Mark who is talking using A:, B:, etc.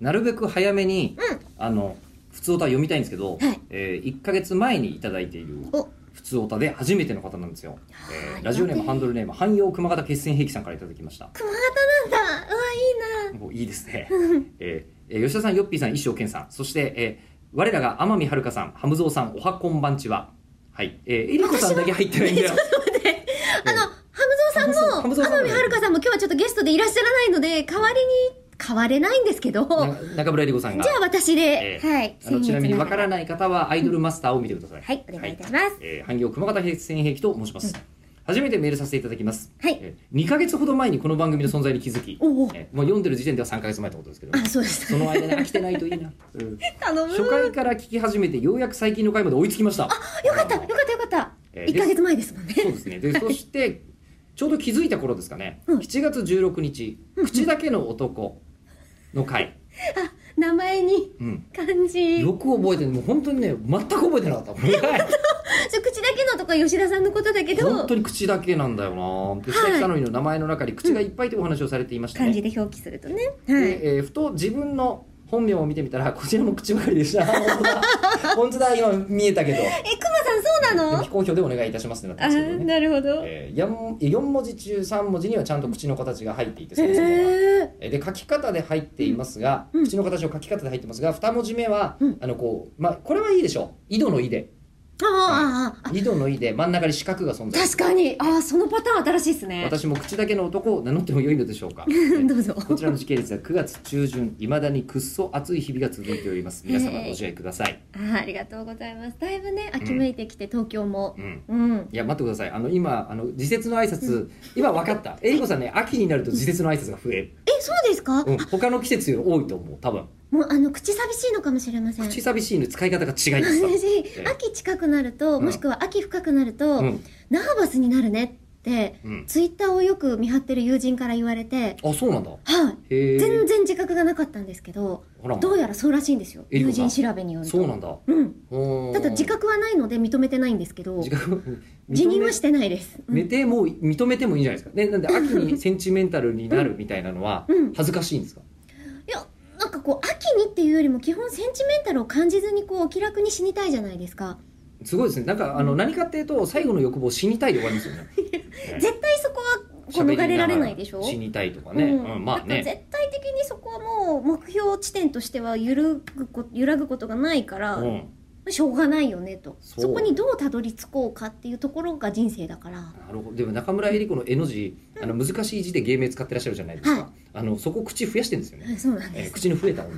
A: なるべく早めに、あの普通オタ読みたいんですけど、
B: はい
A: えー1か月前にいただいている
B: お
A: 普通オタで初めての方なんですよ、
B: あ
A: え
B: ー
A: ーラジオネームハンドルネーム汎用熊形決戦兵器さんからいただきました
B: 熊形なんだうわいいな
A: もういいです ね、えーえー吉田さんよっぴーさん一生健さんそして、えー我らが天海遥さんハムゾウさんおはこんばんちははいえーえりこさんだけ入ってないん だよ
B: あのハムゾウさん
A: ハム
B: も
A: ゾウさん
B: 天海遥さんも今日はちょっとゲストでいらっしゃらないので代わりに変われないんですけどじゃ
A: な中村えりこさんが
B: あ私
A: ええ
B: で、はい
A: あのちなみにわから
B: い
A: ない方はアイドルマスターを見てください。
B: はいお願いいたします
A: えー、汎用熊形決戦兵器と申します、初めてメールさせていただきます。
B: はい
A: えー、2ヶ月ほど前にこの番組の存在に気づき、
B: おお
A: えーもう読んでる時点では3ヶ月前ってことですけど、
B: あそうでし
A: その間に飽きてないといい な。うん
B: た 頼む
A: 初回から聞き始めてようやく最近の回まで追いつきました。
B: よかったよかったよかった、
A: えー
B: 一1か月前ですもんね
A: そうですね。 で、そして、ちょうど気づいた頃ですかね、
B: うん
A: 7月16日、口だけの男の回、
B: 名前に
A: うん、
B: 漢字
A: よく覚えてる、もう本当にね、全く覚えてなかった。 はい
B: そう口だけのとか吉田さんのことだけ
A: 本
B: ど
A: 当に口だけなんだよなで
B: はい
A: 久々のりの名前の中に口がいっぱいというお話をされていましたね、
B: 漢字で表記するとねはい
A: でえーふと自分の本名を見てみたらこちらも口ばかりでした本当だ本当だ今見えたけど
B: えくまさんそう
A: で
B: な
A: も
B: の
A: 非公表でお願いいたしますってなった
B: あ
A: んですけど
B: ー
A: ね
B: なるほど
A: えーやん4文字中3文字にはちゃんと口の形が入っていてそもそもが
B: へえ
A: えーで書き方で入っていますが、
B: うん
A: 口の形を書き方で入ってますが2文字目は、
B: うん
A: あのこうまあこれはいいでしょう井戸の井で
B: あーあーあ
A: 井戸の井で真ん中に四角が存在
B: ー確かにあーそのパターン新しいですね
A: 私も口だけの男を名乗っても良いのでしょう か
B: どうぞ
A: こちらの時系列は9月中旬いまだにくっそ暑い日々が続いております皆様ご自愛ください、
B: あーありがとうございますだいぶね秋めいてきて東京も
A: うん
B: うん
A: いや待ってくださいあの今あの時節の挨拶今分かったえりこさんね秋になると時節の挨拶が増える、
B: えそうですか
A: うん、他の季節より多いと思う多分
B: もうあの口寂しいのかもしれません
A: 口寂しいの使い方が違います多分
B: 私
A: え
B: 秋近くなると
A: うん
B: もしくは秋深くなると
A: うん
B: ナーバスになるねって
A: うん
B: ツイッターをよく見張ってる友人から言われて
A: あそうなんだ
B: はい
A: へえ
B: 全然自覚がなかったんですけど
A: ほら
B: どうやらそうらしいんですよ
A: えり
B: 友
A: こさん
B: 人調べによると
A: そうなんだ
B: うん
A: うん
B: ただ自覚はないので認めてないんですけど
A: 自覚
B: 辞任は
A: 認
B: してないですうん
A: めめてもう認めてもいいんじゃないですかねなんで秋にセンチメンタルになるみたいなのは
B: うん
A: 恥ずかしいんですか
B: いやなんかこう秋にっていうよりも基本センチメンタルを感じずにこうお気楽に死にたいじゃないですか
A: すごいですね。なんか、あの、何かっていうと、最後の欲望死にたいで終わりますよ ね。ね
B: 絶対そこはこう
A: 喋り
B: 逃
A: なが
B: れられないでしょ
A: 死にたいとかね。
B: うん
A: うん、まあ
B: だから
A: ね。
B: 絶対的にそこはもう目標地点としては揺るぐこ揺らぐことがないから、
A: うん。
B: しょうがないよねと
A: そ
B: そうこにどうたどり着こうかっていうところが人生だから
A: なるほど。でも、中村江里子の絵の字、あの、難しい字で芸名使ってらっしゃるじゃないですか。
B: は
A: あの、そこ口増やしてるんですよ
B: う
A: ね。
B: んそうなん
A: えー
B: です
A: 口の増えた女。